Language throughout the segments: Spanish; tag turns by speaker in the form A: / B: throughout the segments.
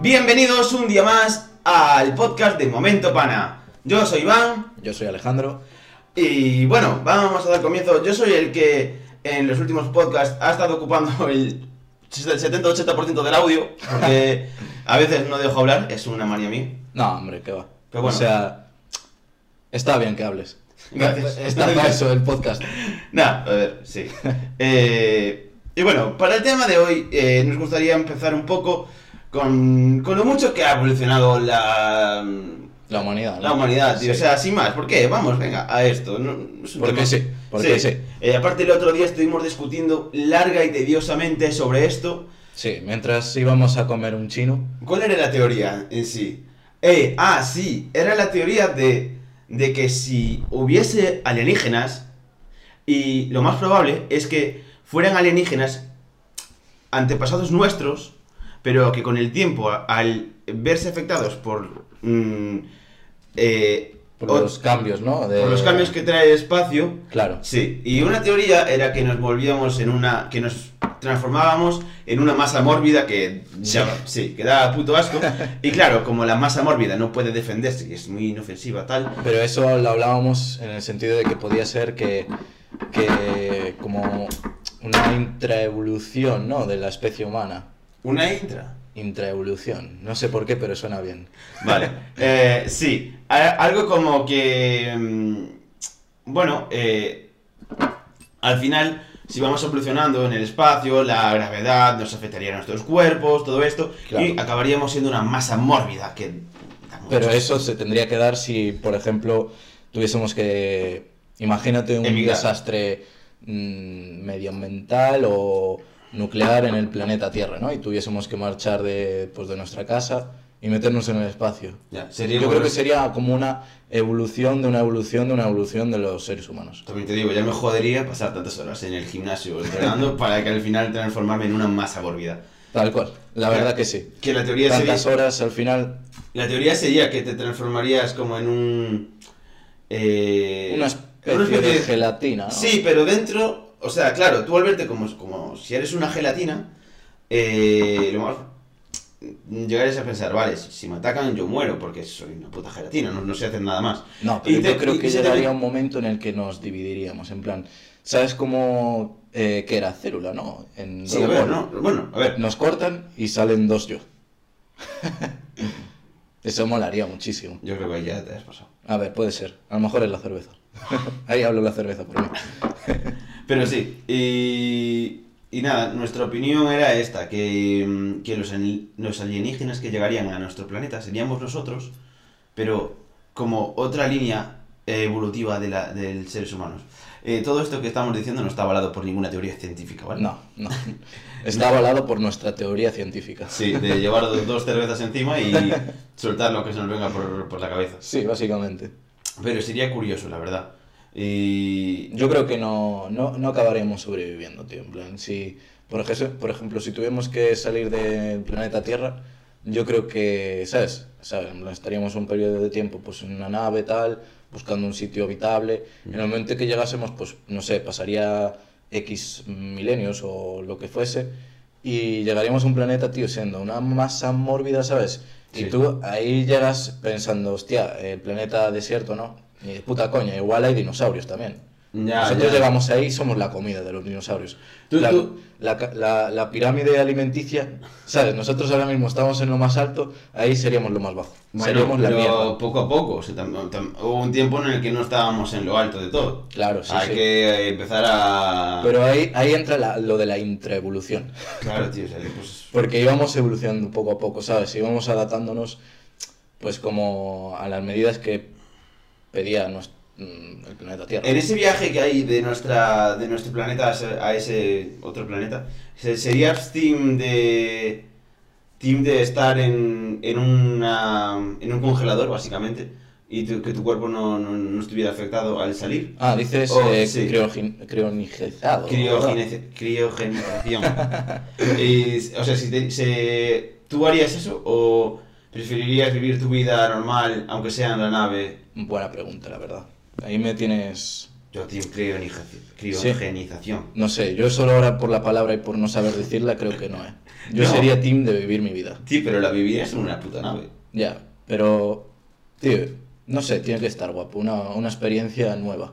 A: Bienvenidos un día más al podcast de Momento Pana. Yo soy Iván
B: Yo soy Alejandro.
A: y bueno, vamos a dar comienzo. Yo soy el que en los últimos podcasts ha estado ocupando el 70-80% del audio, porque a veces no dejo hablar, es una manía mía.
B: No, hombre, qué va.
A: Pero bueno.
B: O sea, está bien que hables.
A: Gracias.
B: pues, Está para eso el podcast.
A: Nada, a ver, sí. Eh, y bueno, para el tema de hoy eh, nos gustaría empezar un poco con, con lo mucho que ha evolucionado la,
B: La humanidad. ¿no?
A: la humanidad, tío. O
B: Sí.
A: sea, sin más, ¿por qué? Vamos, venga, a esto. No, es un
B: Porque
A: tema-
B: sí, porque sí.
A: Eh, aparte, el otro día estuvimos discutiendo larga y tediosamente sobre esto.
B: Sí, mientras íbamos a comer un chino.
A: ¿Cuál era la teoría en sí? Eh, ah, sí, era la teoría de, de que si hubiese alienígenas, y lo más probable es que fueran alienígenas antepasados nuestros, pero que con el tiempo, a- al verse afectados por, mm, eh,
B: Por
A: ot-
B: los cambios, ¿no? De-
A: por los cambios que trae el espacio,
B: Claro.
A: Sí, y una teoría era que nos volvíamos en una. que nos transformábamos en una masa mórbida que. ya- sí, que da puto asco. Y claro, como la masa mórbida no puede defenderse y es muy inofensiva, tal.
B: Pero eso lo hablábamos en el sentido de que podía ser que, que como una intraevolución, ¿no? De la especie humana.
A: Una intra.
B: Intraevolución. No sé por qué, pero suena bien.
A: Vale. Eh, sí, a- algo como que. mm, Bueno, eh, al final, si vamos evolucionando en el espacio, la gravedad nos afectaría a nuestros cuerpos, todo esto, y
B: Claro.
A: acabaríamos siendo una masa mórbida que. da mucho
B: Pero
A: asco.
B: eso se tendría que dar si, por ejemplo, tuviésemos que. Imagínate un
A: Emigrar.
B: desastre mm, medioambiental o nuclear en el planeta Tierra, ¿no? Y tuviésemos que marchar de, pues, de nuestra casa y meternos en el espacio.
A: Ya, sería
B: Yo
A: bueno.
B: creo que sería como una evolución de una evolución de una evolución de los seres humanos.
A: También te digo, ya me jodería pasar tantas horas en el gimnasio entrenando para que al final transformarme en una masa mórbida.
B: Tal cual, la verdad que sí.
A: Que la teoría, sería,
B: Tantas horas al final,
A: la teoría sería que te transformarías como en un... eh,
B: una
A: en una
B: especie de gelatina. ¿no?
A: Sí, pero dentro... O sea, claro, tú al verte como, como si eres una gelatina, eh, lo más... Llegarías a pensar, vale, si si me atacan yo muero porque soy una puta gelatina, no, no sé hacer nada más.
B: No, pero
A: Y te-
B: yo creo
A: y-
B: que
A: y se te
B: llegaría
A: ve-
B: un momento en el que nos dividiríamos, en plan, ¿sabes cómo eh, que era célula, no? En
A: Sí, a
B: Dragon
A: ver,
B: Ball.
A: ¿no? Bueno, a ver.
B: Nos cortan y salen dos yo. Eso molaría muchísimo.
A: Yo creo que ahí ya te has pasado.
B: A ver, puede ser. A lo mejor es la cerveza. Ahí hablo la cerveza por mí.
A: Pero sí, y, y nada, nuestra opinión era esta, que, mm, que los, ani- los alienígenas que llegarían a nuestro planeta seríamos nosotros, pero como otra línea eh, evolutiva de, la, de los seres humanos. Eh, todo esto que estamos diciendo no está avalado por ninguna teoría científica, ¿vale?
B: No, no. Está avalado por nuestra teoría científica.
A: Sí, de llevar do- dos cervezas encima y soltar lo que se nos venga por, por la cabeza.
B: Sí, básicamente.
A: Pero sería curioso, la verdad. Y...
B: Yo creo que no, no, no acabaremos sobreviviendo, tío. En plan, si, por, ejes- por ejemplo, si tuviéramos que salir del planeta Tierra, yo creo que, ¿sabes? ¿Sabes? En plan, Estaríamos un periodo de tiempo pues, en una nave, tal, buscando un sitio habitable. En el momento que llegásemos, pues, no sé, pasaría X milenios o lo que fuese, y llegaríamos a un planeta, tío, siendo una masa mórbida, ¿sabes?
A: Sí.
B: Y tú ahí llegas pensando, hostia, el planeta desierto, ¿no? Y puta coña, igual hay dinosaurios también.
A: Ya,
B: Nosotros
A: ya.
B: llegamos ahí y somos la comida de los dinosaurios.
A: Tú-
B: la,
A: tú-
B: la ca- la- la pirámide alimenticia, ¿sabes? Nosotros ahora mismo estamos en lo más alto, ahí seríamos lo más bajo.
A: Bueno,
B: seríamos la
A: pero
B: mierda.
A: poco a poco. o sea, tam- tam- hubo un tiempo en el que no estábamos en lo alto de todo.
B: Claro, sí,
A: Hay
B: sí.
A: que eh, empezar a.
B: Pero ahí, ahí entra la- lo de la intraevolución.
A: Claro, tío, o sea, pues,
B: Porque íbamos evolucionando poco a poco, ¿sabes? Íbamos adaptándonos, pues como a las medidas que pedía nos- mm, el planeta Tierra.
A: En ese viaje que hay de nuestra de nuestro planeta a ese- a ese otro planeta, se- ¿serías team de. team de estar en, en, una, en un congelador, básicamente? Y tu- que tu cuerpo no, no- no estuviera afectado al salir?
B: Ah, dices
A: Oh,
B: eh,
A: sí.
B: criogin- crionigizado, ¿verdad?
A: Criogeniz- Criogenización. Y, o sea, si te- se- ¿tú harías eso o preferirías vivir tu vida normal, aunque sea en la nave?
B: Buena pregunta, la verdad. Ahí me tienes
A: Yo tengo criogenización. criogenización.
B: No sé, yo solo ahora por la palabra y por no saber decirla creo que no, ¿eh? Yo
A: No.
B: sería team de vivir mi vida.
A: Tío, pero la vivirías en una puta nave.
B: Ya, pero... Tío, no sé, tiene que estar guapo, una, una experiencia nueva.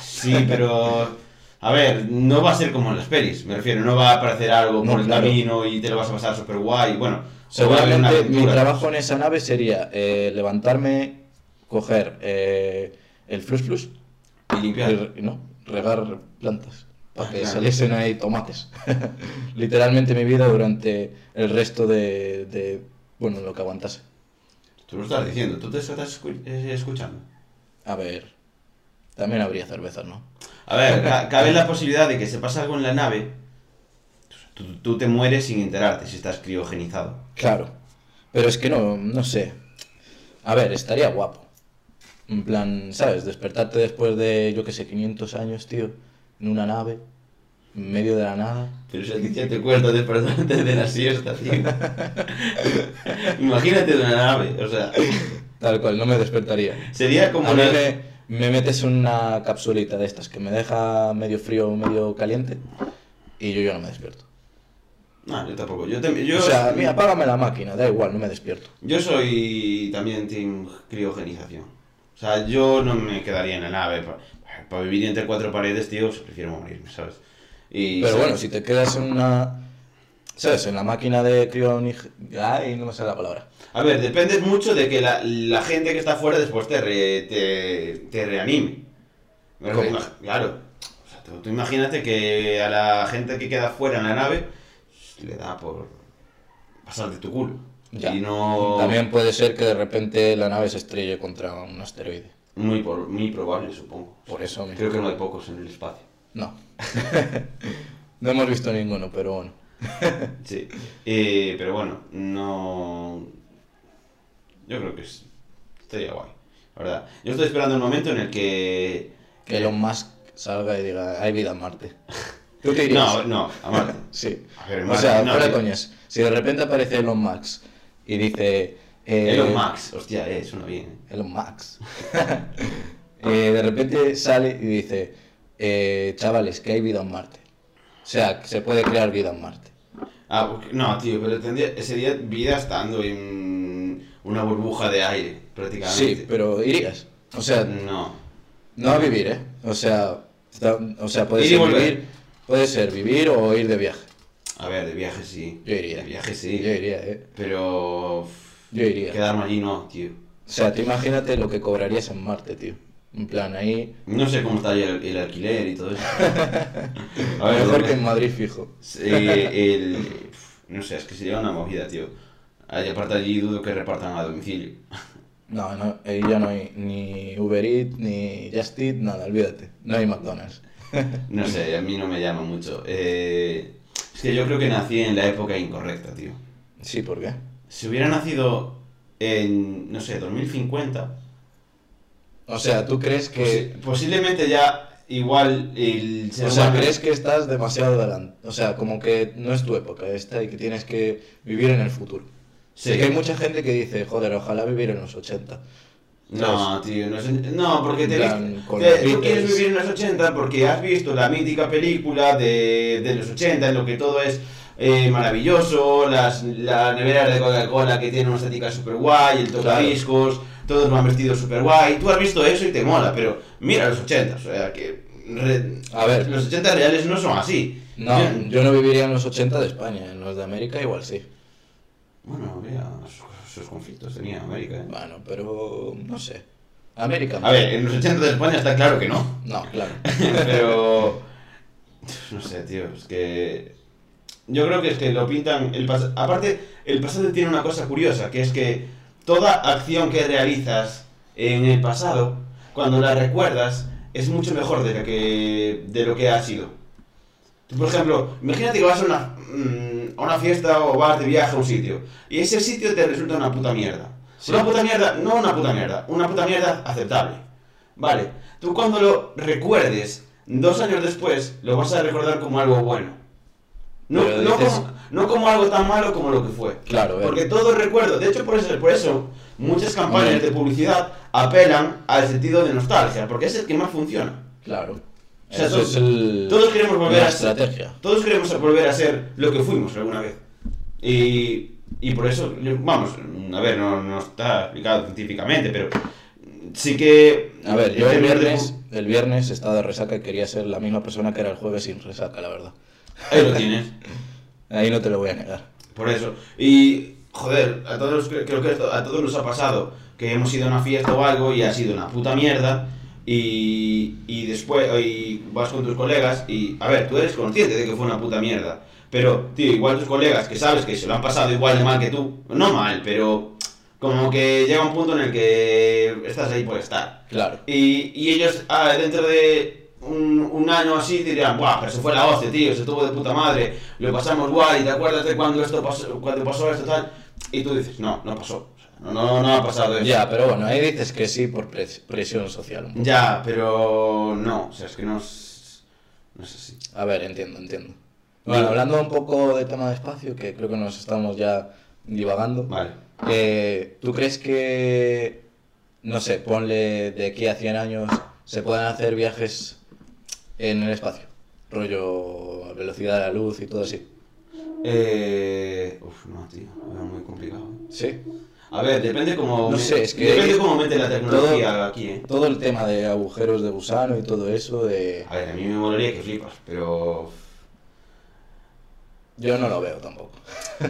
A: Sí, pero. A ver, no va a ser como en las pelis, me refiero, no va a aparecer algo
B: No,
A: por el
B: claro.
A: camino y te lo vas a pasar súper guay. Bueno, o va a haber una
B: Seguramente mi
A: aventura.
B: trabajo en esa nave sería eh, levantarme, coger eh, el flus flus
A: Y
B: y
A: limpiar.
B: re- no, regar plantas para que
A: Claro.
B: saliesen ahí tomates. Literalmente mi vida durante el resto de, de, bueno, lo que aguantase.
A: Tú lo estás diciendo, tú te estás escu- eh, escuchando.
B: A ver, también habría cervezas, ¿no?
A: A ver, ca- cabe la posibilidad de que se pase algo en la nave. Tú, tú te mueres sin enterarte si estás criogenizado.
B: Claro, pero es que no, no sé. A ver, estaría guapo. En plan, ¿sabes? Despertarte después de, yo qué sé, 500 años, tío, en una nave, en medio de la nada.
A: Pero eso ya te cuento despertarte de la siesta, tío. Imagínate una nave, o sea,
B: Tal cual, no me despertaría.
A: sería como
B: A mí
A: una-
B: me, me metes en una capsulita de estas que me deja medio frío o medio caliente y yo ya no me despierto.
A: No, Ah, yo tampoco. Yo, tam- yo,
B: O sea, mira, apágame la máquina, da igual, no me despierto.
A: yo soy también team criogenización. O sea, yo no me quedaría en la nave. Para vivir entre cuatro paredes, tío, prefiero morirme, ¿sabes? Y,
B: Pero
A: ¿sabes?
B: bueno, si te quedas en una... ¿Sabes? En la máquina de crionig... Ay, no me sale la palabra.
A: A ver, depende mucho de que la, la gente que está fuera después te, re- te, te reanime. Me
B: ¿Cómo?
A: refiero, imag- Claro. O sea, tú, tú imagínate que a la gente que queda fuera en la nave le da por pasar de tu culo.
B: Ya.
A: Y no...
B: También puede ser que de repente la nave se estrelle contra un asteroide.
A: Muy, por- muy probable, supongo.
B: Por eso me-
A: Creo que no hay pocos en el espacio.
B: No. no hemos visto ninguno, pero bueno.
A: Sí. Eh, pero bueno, no. Yo creo que es- estaría guay. La verdad. Yo estoy esperando el momento en el que.
B: Que Elon Musk salga y diga, hay vida en Marte. ¿Tú qué dirías?
A: No, no, a Marte.
B: Sí.
A: A ver, en
B: o
A: Marte,
B: sea,
A: no,
B: fuera
A: yo-
B: coñas. Si de repente aparece Elon Musk y dice... eh,
A: Elon Max, hostia, eh, suena bien. eh.
B: Elon Musk. Eh, de repente sale y dice, eh, chavales, que hay vida en Marte. O sea, que se puede crear vida en Marte.
A: Ah, porque- no, tío, pero tendría, sería vida estando en una burbuja de aire, prácticamente.
B: Sí, pero irías. O sea,
A: No.
B: No a vivir, ¿eh? O sea, está- o sea puede
A: Ir y
B: ser
A: volver.
B: vivir, puede ser vivir o ir de viaje.
A: A ver, de viaje sí.
B: Yo iría.
A: De viaje
B: Yo
A: sí.
B: iría, ¿eh?
A: Pero. uf,
B: Yo iría.
A: Quedarme allí no, tío.
B: O sea, tú imagínate lo que cobrarías en Marte, tío. En plan, ahí,
A: No sé cómo está el, el alquiler y todo eso. A
B: mejor
A: de-
B: que en Madrid fijo.
A: Sí, el... No sé, es que sería una movida, tío. Ay, aparte allí dudo que repartan a domicilio.
B: No, no, ahí ya no hay ni Uber Eats, ni Just Eat, nada, olvídate. No hay McDonald's.
A: No sé, a mí no me llama mucho. Eh, Es que yo creo que nací en la época incorrecta, tío.
B: Sí, ¿por qué?
A: Si hubiera nacido en, no sé, 2050,
B: O sea, ¿tú crees que...
A: posi- posiblemente ya igual el Pues ser
B: O sea,
A: humano-
B: ¿crees que estás demasiado adelante? O sea, como que no es tu época esta y que tienes que vivir en el futuro.
A: Sí.
B: Sé que hay mucha gente que dice, joder, ojalá vivir en los 80.
A: No, tío, no, sé- no porque te,
B: En plan, con
A: te-
B: los
A: tú quieres
B: Beatles.
A: vivir en los 80 porque has visto la mítica película de, de los 80 en lo que todo es eh, maravilloso, las, las neveras de Coca-Cola que tienen una estética super guay, el tocadiscos, todos van vestidos super guay, tú has visto eso y te mola, pero mira los 80, o sea que... re-
B: A ver.
A: los 80 reales no son así.
B: No,
A: Yo-
B: yo no viviría en los 80 de España, en los de América igual sí.
A: Bueno, mira, sus, sus conflictos tenía América. ¿eh?
B: Bueno, pero no sé. América.
A: A ver, en los 80 de España está claro que no.
B: No, claro.
A: Pero. No sé, tío, es que. Yo creo que es que lo pintan. El pas- Aparte, el pasado tiene una cosa curiosa, que es que toda acción que realizas en el pasado, cuando la recuerdas, es mucho mejor de lo que, de lo que ha sido. Tú, por ejemplo, imagínate que vas a una, mm, a una fiesta o vas de viaje a un sitio, y ese sitio te resulta una puta mierda.
B: Sí.
A: Una puta mierda, no una puta mierda, una puta mierda aceptable. Vale, tú cuando lo recuerdes, dos años después, lo vas a recordar como algo bueno. No,
B: Pero
A: no
B: dices-
A: como, no como algo tan malo como lo que fue.
B: Claro, a ver.
A: Porque todo recuerdo, de hecho por eso, por eso muchas campañas
B: Hombre.
A: de publicidad apelan al sentido de nostalgia, porque es el que más funciona.
B: Claro.
A: O sea,
B: Eso
A: todos-
B: es el-
A: todos queremos volver
B: la
A: a-
B: estrategia.
A: Todos queremos volver a ser lo que fuimos alguna vez. Y, y por eso, yo- vamos, a ver, no, no está explicado científicamente, pero sí que...
B: A ver, yo el
A: Depende de-
B: viernes, el viernes estaba de resaca y quería ser la misma persona que era el jueves sin resaca, la verdad.
A: Ahí lo tienes.
B: Ahí no te lo voy a negar.
A: Por eso. Y, joder, a todos, cre- creo que esto- a todos nos ha pasado que hemos ido a una fiesta o algo y ha sido una puta mierda. Y, y después y vas con tus colegas y, a ver, tú eres consciente de que fue una puta mierda. Pero, tío, igual tus colegas que sabes que se lo han pasado igual de mal que tú, no mal, pero como que llega un punto en el que estás ahí por estar.
B: Claro.
A: Y, y ellos ah, dentro de un, un año así dirán, ¡buah! Pero se fue la hostia, tío, se estuvo de puta madre, lo pasamos guay, ¿te acuerdas de cuando esto pasó, cuando pasó esto tal? Y tú dices, no, no pasó. O sea, No, no, no ha pasado eso.
B: Ya, pero bueno, ahí dices que sí por pres- presión social. un poco.
A: Ya, pero no, o sea, es que no es, no es así.
B: A ver, entiendo, entiendo. Bueno, hablando un poco del tema de espacio, que creo que nos estamos ya divagando.
A: Vale.
B: Eh, ¿Tú crees que, no sé, ponle de aquí a 100 años, se puedan hacer viajes en el espacio? Rollo a velocidad de la luz y todo así.
A: Eh, uf, no, tío, era muy complicado.
B: Sí.
A: A ver, depende cómo...
B: No
A: me-
B: sé, es que-
A: Depende cómo mete la tecnología aquí, eh.
B: Todo el tema de agujeros de gusano y todo eso, de...
A: A ver, a mí me molaría que flipas, pero...
B: yo no lo veo tampoco.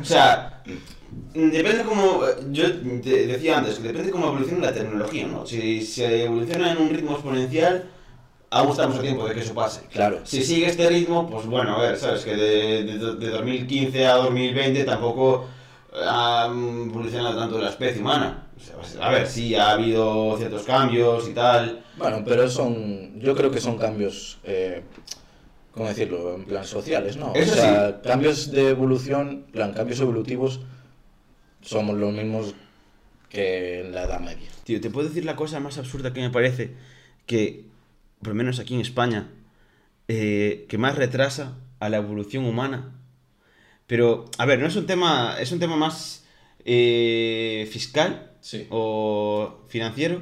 A: O sea, mm, depende como. Yo te decía antes, que depende cómo evoluciona la tecnología, ¿no? Si se evoluciona en un ritmo exponencial, aún estamos a tiempo de que eso pase.
B: Claro.
A: Si sigue este ritmo, pues bueno, a ver, sabes que de, de- de 2015 a 2020 tampoco ha evolucionado tanto la especie humana. O sea, pues, a ver, sí, ha habido ciertos cambios y tal.
B: Bueno, pero son, yo creo que son cambios, eh, ¿cómo decirlo? En plan sociales, ¿no?
A: Eso
B: o sea, cambios de evolución, en plan cambios evolutivos, somos los mismos que en la Edad Media.
A: Tío, te puedo decir la cosa más absurda que me parece, que, por lo menos aquí en España, eh, que más retrasa a la evolución humana. Pero, a ver, no es un tema, es un tema más eh, fiscal
B: Sí,
A: o financiero.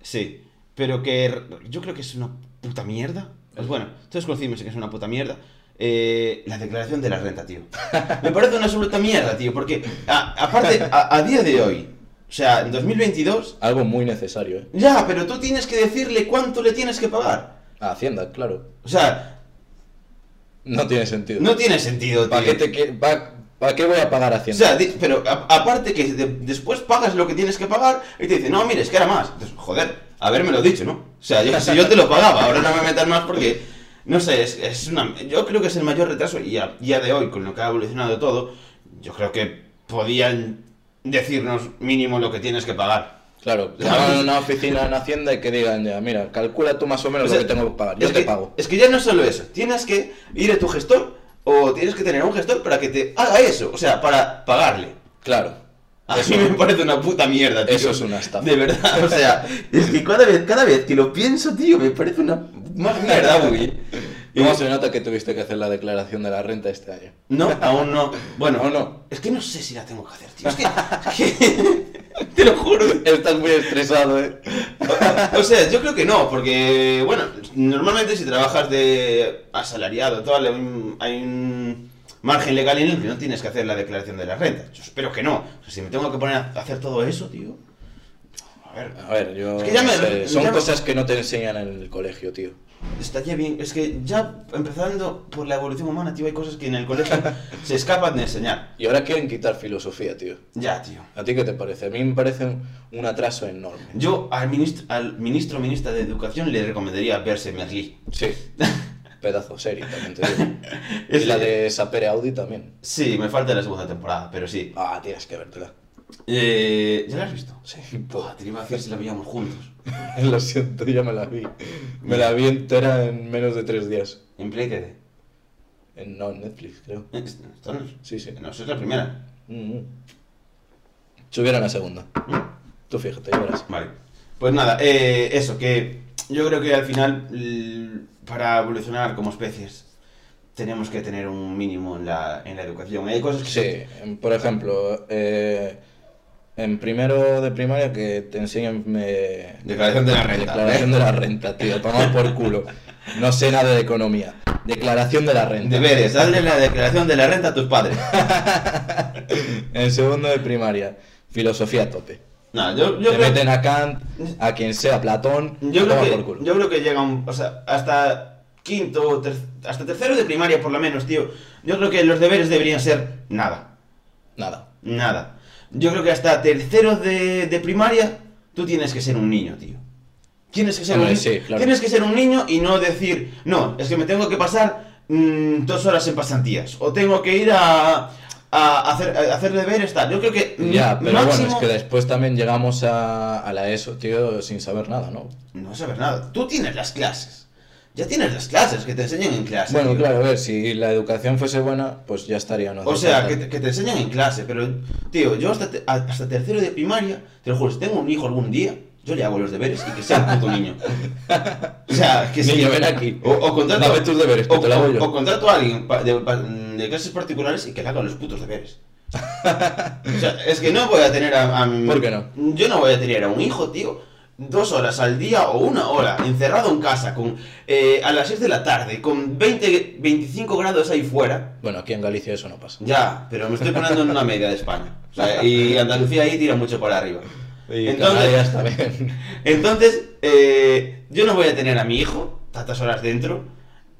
A: Sí, pero que r- yo creo que es una puta mierda. Pues bueno, todos coincidimos en que es una puta mierda. Eh, la declaración de la renta, tío. Me parece una absoluta mierda, tío, porque a- aparte, a- a día de hoy, o sea, en 2022,
B: Algo muy necesario, ¿eh?
A: ya, pero tú tienes que decirle cuánto le tienes que pagar.
B: A Hacienda, claro.
A: O sea,
B: No tiene sentido.
A: no tiene sentido,
B: ¿Para qué,
A: tío.
B: te qui- pa- pa' qué voy a pagar a
A: O
B: Hacienda?
A: sea, di- pero a- aparte que de- después pagas lo que tienes que pagar y te dice, no, mire, es que era más. Entonces, joder, habérmelo dicho, ¿no? O sea, yo, si yo te lo pagaba, ahora no me metas más porque, no sé, es, es una, yo creo que es el mayor retraso y a día de hoy, con lo que ha evolucionado todo, yo creo que podían decirnos mínimo lo que tienes que pagar.
B: claro, que hagan una oficina en Hacienda y que digan ya, mira, calcula tú más o menos
A: O sea,
B: lo que tengo que pagar. Yo
A: es
B: te
A: que,
B: pago.
A: Es que ya no es solo eso. Tienes que ir a tu gestor o tienes que tener un gestor para que te haga eso. O sea, para pagarle.
B: Claro.
A: A mí me parece una puta mierda, tío.
B: Eso es una estafa.
A: De verdad, o sea, es que cada vez, cada vez que lo pienso, tío, me parece una más mierda, güey. Y
B: ¿Cómo se nota que tuviste que hacer la declaración de la renta este año?
A: No, aún no. Bueno,
B: ¿O no?
A: Es que no sé si la tengo que hacer, tío. Es que- es que te lo juro.
B: Estás muy estresado, ¿eh?
A: O sea, yo creo que no, porque, bueno, normalmente si trabajas de asalariado, tal, hay un, hay un margen legal en el que no tienes que hacer la declaración de la renta. Yo espero que no. O sea, si me tengo que poner a hacer todo eso, tío. A ver,
B: A ver, yo...
A: Es que ya me-
B: no sé, son
A: ya me-
B: cosas que no te enseñan en el colegio, tío.
A: estaría bien. Es que ya empezando por la evolución humana, tío, hay cosas que en el colegio se escapan de enseñar.
B: Y ahora quieren quitar filosofía, tío.
A: Ya, tío.
B: ¿A ti qué te parece? A mí me parece un, un atraso enorme.
A: Yo al ministro, al ministro o ministra de Educación le recomendaría verse Merlí.
B: Sí. Pedazo serio, también te digo. Y la de Sapere Audi también.
A: Sí, me falta la segunda temporada, pero sí.
B: Ah, tienes que vértela.
A: Eh, ¿Ya la has visto?
B: Sí,
A: Buah, te iba a decir si la veíamos juntos.
B: Ah, Lo siento, ya me la vi. Me la vi entera en menos de tres días.
A: En Play TV.
B: En, no, en Netflix, creo.
A: Esto no es-
B: Sí, sí.
A: No, eso es la primera.
B: Mm, mm. Subieron a segunda.
A: ¿Mm?
B: Tú fíjate, ya verás.
A: Vale. Pues nada, eh, eso, que yo creo que al final, l- para evolucionar como especies, tenemos que tener un mínimo en la, en la educación. Hay cosas que...
B: Sí, em, por ejemplo, eh, en primero de primaria que te enseñan me...
C: Declaración de la renta.
B: declaración de la renta, tío, tomar por culo. No sé nada de economía. Declaración de la renta.
C: Deberes, darle la declaración de la renta a tus padres.
B: En segundo de primaria, filosofía a tope.
A: No, yo, yo
B: te
A: creo,
B: meten a Kant, a quien sea, Platón,
A: yo
B: a
A: creo
B: tomar
A: que,
B: por culo.
A: yo creo que llega un, o sea, hasta quinto, o ter- hasta tercero de primaria por lo menos, tío. Yo creo que los deberes deberían ser nada,
B: Nada.
A: nada. Yo creo que hasta tercero de, de primaria tú tienes que ser un niño, tío. Tienes que ser
B: Hombre,
A: un
B: sí, claro.
A: tienes que ser un niño y no decir, no, es que me tengo que pasar mm, dos horas en pasantías o tengo que ir a, a hacer a hacer deberes tal. Yo creo que mm,
B: Ya, pero bueno, es
A: máximo-
B: que después también llegamos a, a la ESO, tío, sin saber nada, ¿no?
A: No vas a ver nada. Tú tienes las clases. Ya tienes las clases que te enseñan en clase.
B: Bueno,
A: tío.
B: claro, a ver, si la educación fuese buena, pues ya estaría, ¿no?
A: O
B: hace
A: sea,
B: falta-
A: que te, que te enseñan en clase, pero, tío, yo hasta, te- a- hasta tercero de primaria, te lo juro, si tengo un hijo algún día, yo le hago los deberes y que sea un puto niño. O sea, que sí.
B: Niño, ven aquí.
A: O, o contrato,
B: Dame tus deberes, que
A: o,
B: te lo hago yo.
A: o contrato a alguien pa- de, pa- de clases particulares y que le haga los putos deberes. O sea, es que no voy a tener a, a mi-
B: ¿Por qué no?
A: Yo no voy a tener a un hijo, tío. Dos horas al día o una hora, encerrado en casa, con eh, a las 6 de la tarde, con 20, 25 grados ahí fuera.
B: Bueno, aquí en Galicia eso no pasa.
A: Ya, pero me estoy poniendo en una media de España. O sea, y Andalucía ahí tira mucho para arriba.
B: Y
A: Entonces-
B: Canarias también.
A: Entonces, eh, yo no voy a tener a mi hijo tantas horas dentro,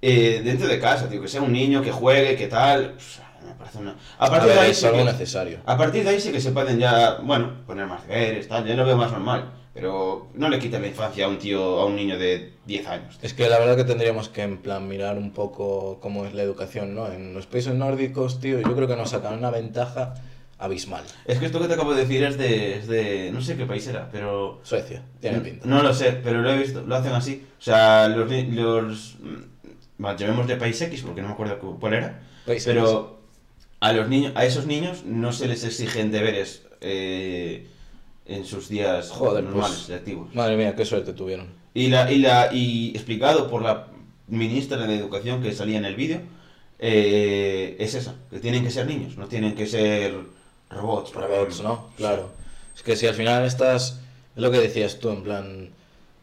A: eh, dentro de casa, tío, que sea un niño, que juegue, que tal. O sea, me parece una... A
B: A
A: partir, de
B: ver,
A: ahí
B: es
A: sí
B: algo
A: que,
B: necesario.
A: a partir de ahí sí que se pueden ya, bueno, poner más deberes, tal, ya lo veo más normal. Pero no le quites la infancia a un tío, a un niño de 10 años. tío.
B: Es que la verdad que tendríamos que, en plan, mirar un poco cómo es la educación, ¿no? En los países nórdicos, tío, yo creo que nos sacan una ventaja abismal.
A: Es que esto que te acabo de decir es de, es de no sé qué país era, pero
B: Suecia,
A: Mm.
B: tiene pinta.
A: No lo sé, pero lo he visto, lo hacen así. O sea, los. ni- los mm, bueno, llamémosle país X porque no me acuerdo cu- cuál era.
B: Países.
A: Pero a los niños, a esos niños no se les exigen deberes eh, en sus días
B: Joder, pues.
A: normales de activos.
B: Madre mía, qué suerte tuvieron.
A: Y la, y la. Y explicado por la ministra de Educación que salía en el vídeo. eh, es eso, que tienen que ser niños, no tienen que ser robots.
B: Robots, ¿no? Claro. Es que si al final estás, es lo que decías tú, en plan,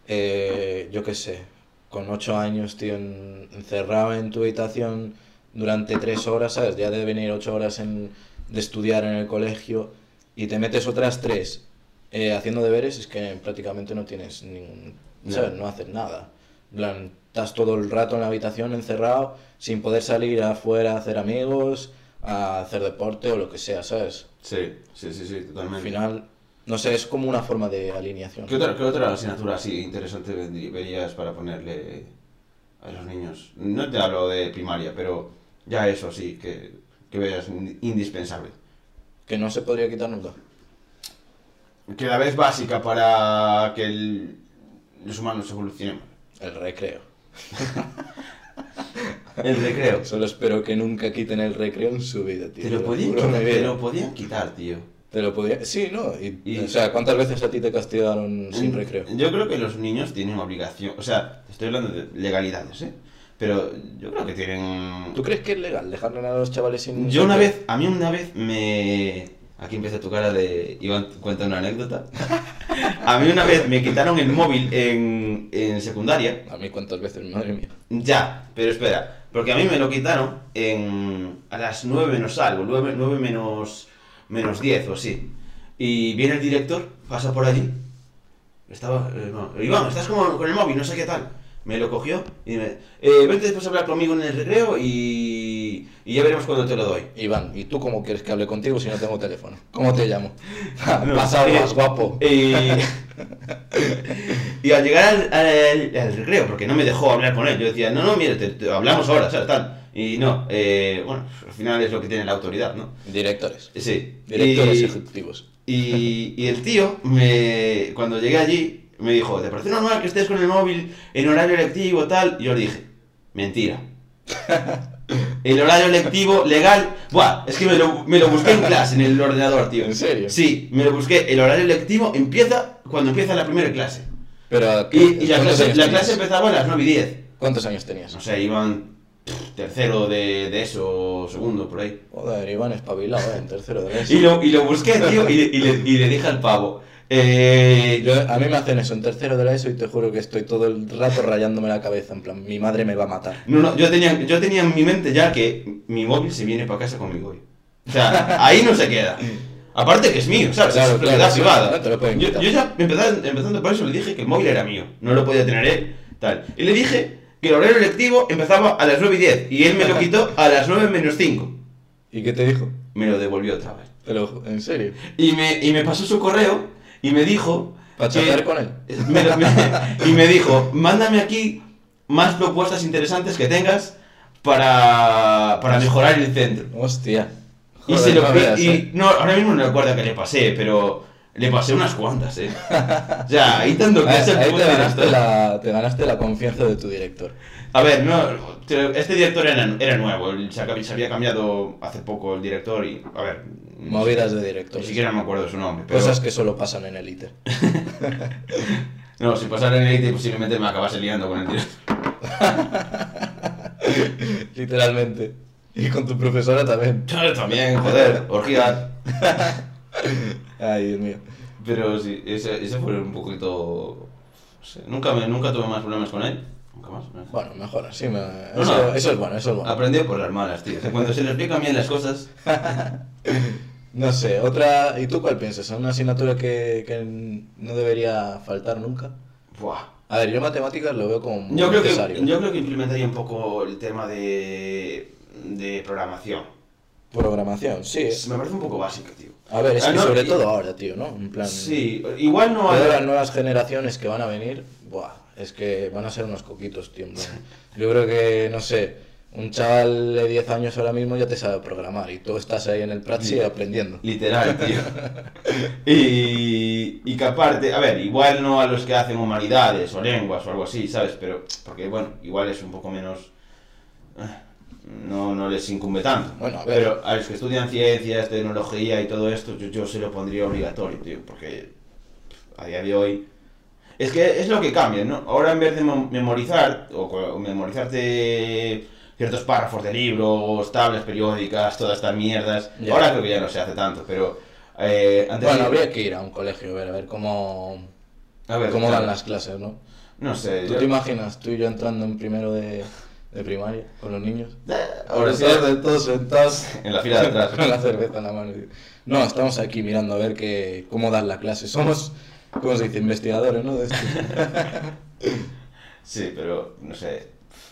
B: eh, yo qué sé, con ocho años, tío, en- encerrado en tu habitación durante tres horas, ¿sabes? Ya de venir ocho horas en- de estudiar en el colegio y te metes otras tres eh, haciendo deberes, es que prácticamente no tienes ningún, ¿sabes?
A: No.
B: No haces nada. En plan, estás todo el rato en la habitación encerrado sin poder salir afuera a hacer amigos, a hacer deporte o lo que sea, ¿sabes?
A: Sí, sí, sí, sí, totalmente.
B: Al final, no sé, es como una forma de alineación.
A: ¿Qué otra, qué otra asignatura así interesante vendrí- verías para ponerle a los niños? No te hablo de primaria, pero ya eso sí, que, que veas in- indispensable.
B: Que no se podría quitar nunca.
A: Que la vez básica para que el- los humanos evolucionemos.
B: El recreo.
A: El recreo.
B: Solo espero que nunca quiten el recreo en su vida, tío.
A: Te lo podían
B: juro,
A: quitar,
B: mi
A: te
B: vida.
A: lo podían quitar, tío.
B: Te lo podía- Sí, ¿no? Y-
A: Y-
B: O sea, ¿cuántas veces a ti te castigaron sin recreo?
A: Yo creo que los niños tienen obligación, o sea, estoy hablando de legalidades, ¿eh? Pero yo creo que tienen...
B: ¿Tú crees que es legal dejarle a los chavales sin
A: Yo una
B: recreo?
A: vez, a mí una vez me... Aquí empieza tu cara de... Iván, cuenta una anécdota. A mí una vez me quitaron el móvil en, en secundaria.
B: A mí cuántas veces, madre mía.
A: Ya, pero espera. Porque a mí me lo quitaron en, a las 9 menos algo, 9, menos, menos 10 o así. Y viene el director, pasa por allí. Estaba... eh, no, Iván, estás como con el móvil, no sé qué tal. Me lo cogió y me... "Eh, vente después a hablar conmigo en el recreo y... Y ya veremos cuándo te lo doy.
B: Iván, ¿y tú cómo quieres que hable contigo si no tengo teléfono? ¿Cómo te llamo? Pasa
A: eh,
B: más guapo.
A: Y, y al llegar al, al- al recreo, porque no me dejó hablar con él, yo decía, no, no, mira, te, te- hablamos ahora, ¿sabes? Tal. Y no, eh, bueno, al final es lo que tiene la autoridad, ¿no?
B: Directores.
A: Sí.
B: Directores
A: Y-
B: ejecutivos.
A: y, y el tío, me, cuando llegué allí, me dijo, ¿te parece normal que estés con el móvil en horario lectivo tal? Y yo le dije, mentira. El horario lectivo legal, buah, es que me lo, me lo busqué en clase, en el ordenador, tío.
B: ¿En serio?
A: Sí, me lo busqué. El horario lectivo empieza cuando empieza la primera clase.
B: Pero,
A: Y, y la,
B: ¿cuántos
A: clase,
B: años
A: la
B: tenías?
A: clase empezaba a las 9 y 10.
B: ¿Cuántos años tenías?
A: No sé, iban pff, tercero de, de eso, segundo, por ahí.
B: Joder, Iván espabilado, eh, en tercero de
A: Y
B: ESO.
A: lo, y lo busqué, tío, y, le- y le, y le dije al pavo. Eh,
B: Yo- a mí me hacen eso en tercero de la ESO y te juro que estoy todo el rato rayándome la cabeza, en plan, mi madre me va a matar.
A: No, no, yo tenía, yo tenía en mi mente ya que mi móvil se viene para casa conmigo hoy. O sea, ahí no se queda. Aparte que es mío, ¿sabes?
B: Claro,
A: es propiedad
B: claro,
A: privada.
B: no te lo pueden
A: yo,
B: quitar.
A: yo ya empezando, empezando por eso le dije que el móvil era mío, no lo podía tener él, tal. Y le dije que el horario lectivo empezaba a las 9 y 10 y él me lo quitó a las 9 menos 5.
B: ¿Y qué te dijo?
A: Me lo devolvió otra vez.
B: Te lo ju- ¿En serio?
A: Y me, y me pasó su correo y me dijo...
B: ¿Para
A: que-
B: chatear con él?
A: me lo- me- y me dijo, mándame aquí más propuestas interesantes que tengas para, para mejorar el centro.
B: Hostia.
A: Y
B: Joder,
A: se lo
B: no
A: fui-
B: veas,
A: y-
B: eh.
A: no, ahora mismo no recuerdo que le pasé, pero le pasé unas cuantas, eh. O sea, ahí tanto que
B: Ahí,
A: hacer
B: ahí te,
A: puta
B: ganaste
A: gasto.
B: la, te ganaste la confianza de tu director.
A: A ver, no, te- este director era, era nuevo, él se, acab- se había cambiado hace poco el director y, a ver,
B: Movidas de
A: ni
B: director.
A: siquiera me acuerdo su nombre. Pero,
B: Cosas que solo pasan en Elite.
A: No, si pasara en Elite posiblemente me acabase liando con el director.
B: Literalmente. Y con tu profesora también.
A: También, joder, orgías.
B: Ay, Dios mío.
A: Pero sí, ese, ese fue un poquito... no sé, nunca, me, nunca tuve más problemas con él. Nunca más. ¿no?
B: Bueno, mejor así. Me...
A: No,
B: eso,
A: no.
B: eso es bueno, eso es bueno.
A: Aprendió por las malas, tío. Cuando se le explican bien las cosas...
B: No sé, otra... ¿Y tú cuál piensas? ¿Una asignatura que, que no debería faltar nunca?
A: Buah.
B: A ver, yo matemáticas lo veo como muy
A: Yo creo,
B: necesario.
A: que, yo creo que implementaría un poco el tema de, de programación.
B: Programación, sí.
A: Me parece un poco básico, tío.
B: A ver, es
A: Ah,
B: que
A: no,
B: sobre
A: y-
B: todo ahora, tío, ¿no? En plan...
A: Sí, igual no...
B: Todas
A: habrá-
B: las nuevas generaciones que van a venir, buah, es que van a ser unos coquitos, tío. en plan. Yo creo que, no sé, un chaval de 10 años ahora mismo ya te sabe programar y tú estás ahí en el Pratsi
A: Sí.
B: aprendiendo.
A: Literal, tío. Y, y que aparte, a ver, igual no a los que hacen humanidades o lenguas o algo así, ¿sabes? Pero, porque bueno, igual es un poco menos... eh, No, no les incumbe tanto.
B: Bueno, a ver.
A: Pero a los que estudian ciencias, tecnología y todo esto, yo, yo se lo pondría obligatorio, tío, porque pff, a día de hoy... Es que es lo que cambia, ¿no? Ahora en vez de mem- memorizar, o, co- o memorizarte ciertos párrafos de libros, tablas periódicas, todas estas mierdas,
B: Ya.
A: ahora creo que ya no se hace tanto, pero eh, antes...
B: Bueno,
A: sí-
B: habría que ir a un colegio a ver, a ver cómo,
A: a ver,
B: cómo
A: claro,
B: dan las clases, ¿no?
A: No sé,
B: ¿Tú
A: yo-
B: te imaginas tú y yo entrando en primero de, de primaria con los niños?
A: Eh,
B: Ahora
A: ahora sí,
B: todos sentados
A: en la fila de atrás.
B: con la cerveza en la mano. y dice, No, estamos aquí mirando a ver que, cómo dan la clase. Somos, ¿cómo se dice? Investigadores, ¿no? De esto.
A: Sí, pero no sé.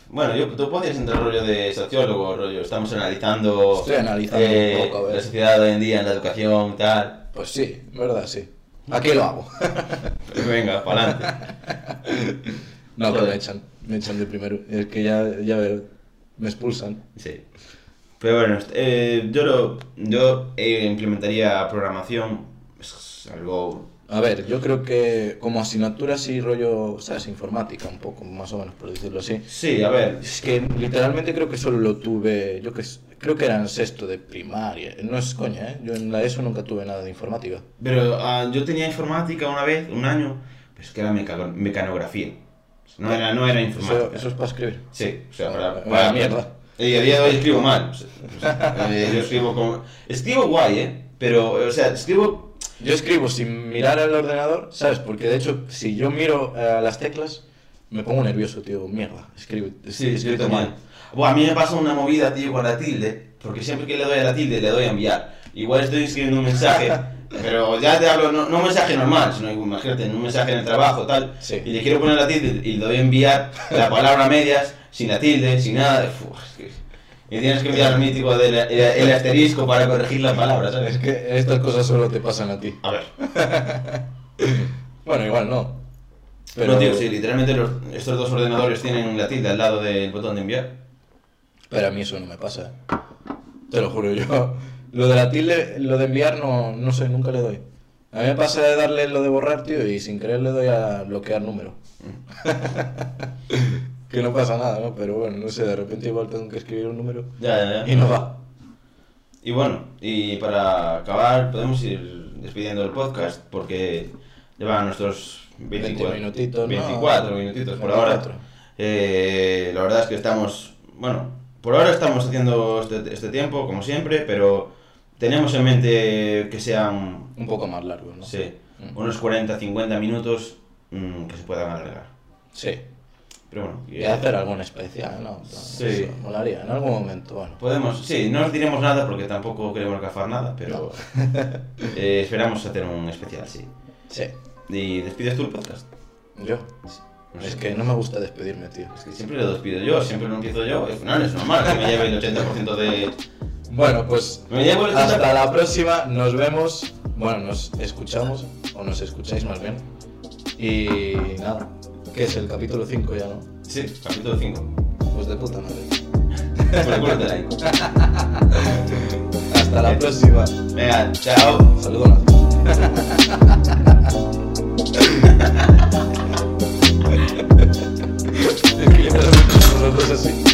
A: Bueno, yo, tú podrías entrar rollo de sociólogo, rollo, estamos analizando,
B: Estoy analizando
A: eh,
B: un poco, a ver.
A: la sociedad de hoy en día, en la educación, tal.
B: Pues sí, en verdad, sí. ¿A qué lo hago?
A: Venga, para adelante.
B: No, que
A: Joder.
B: me echan, me echan de primero. Es que ya, ya veo, me expulsan.
A: Sí. Pero bueno, est- eh, yo, lo, yo eh, implementaría programación, es algo...
B: A ver, yo creo que como asignatura sí rollo, ¿sabes? Informática un poco, más o menos, por decirlo así.
A: Sí, a ver,
B: Es que literalmente creo que solo lo tuve, yo que s- creo que era en sexto de primaria. No es coña, ¿eh? Yo en la ESO nunca tuve nada de informática.
A: Pero ah, yo tenía informática una vez, un año, pero es que era meca- mecanografía. No era, no era informática.
B: Eso, eso es para escribir.
A: Sí, o sea, para...
B: Una
A: para-
B: mierda.
A: Y a día de hoy escribo mal. o sea, eh, yo escribo como... Escribo guay, ¿eh? Pero, o sea, escribo...
B: Yo escribo sin mirar al ordenador, ¿sabes? Porque de hecho, si yo miro eh, las teclas, me pongo nervioso, tío. Mierda, escribo, es-
A: Sí,
B: escrito
A: escrito mal.
B: mal.
A: Buah, a mí me pasa una movida, tío, con la tilde, porque siempre que le doy a la tilde le doy a enviar. Igual estoy escribiendo un mensaje, pero ya te hablo, no, no un mensaje normal, sino imagínate, un mensaje en el trabajo, tal,
B: Sí.
A: y le quiero poner la tilde y le doy a enviar la palabra a medias, sin la tilde, sin nada. fu, es que- Y tienes que enviar el mítico del el, el asterisco para corregir la palabra, ¿sabes?
B: Es que estas cosas solo te pasan a ti.
A: A ver,
B: Bueno, igual no.
A: pero tío, sí, literalmente los- estos dos ordenadores tienen la tilde al lado del botón de enviar.
B: pero a mí eso no me pasa. Te lo juro yo. Lo de la tilde, lo de enviar, no, no sé, nunca le doy. A mí me pasa de darle lo de borrar, tío, y sin querer le doy a bloquear número. que no pasa nada, ¿no? Pero bueno, no sé, de repente igual tengo que escribir un número
A: Ya, ya, ya.
B: y no va.
A: Y bueno, y para acabar, podemos ir despidiendo el podcast porque llevan nuestros
B: 20
A: 24,
B: minutitos, ¿no?
A: 24 minutitos por ahora.
B: 24.
A: Eh, la verdad es que estamos, bueno, Por ahora estamos haciendo este, este tiempo, como siempre, pero tenemos en mente que sean
B: Un poco más largo, ¿no?
A: sí,
B: Mm.
A: unos 40, 50 minutos mm, que se puedan alargar.
B: Sí.
A: Pero bueno,
B: Y
A: eh,
B: hacer alguna especial, ¿no?
A: Sí.
B: Eso, molaría, en algún momento, bueno.
A: podemos, sí, no os diremos nada porque tampoco queremos gafar nada, pero eh, esperamos hacer un especial, sí.
B: Sí.
A: ¿Y despides tú el podcast?
B: Yo. Es que no me gusta despedirme, tío.
A: Es que siempre lo despido yo, siempre lo empiezo yo. Al final es normal que me lleve el 80% de.
B: Bueno, pues
A: Me llevo el
B: hasta la próxima. Nos vemos. Bueno, nos escuchamos, o nos escucháis más bien. Y nada, que es el capítulo 5 ya, ¿no?
A: Sí, capítulo 5.
B: Pues de puta madre.
A: Por el culo de ahí.
B: Hasta la próxima.
A: Venga, chao.
B: Saludos. Es que yo no sé cómo lo haces así.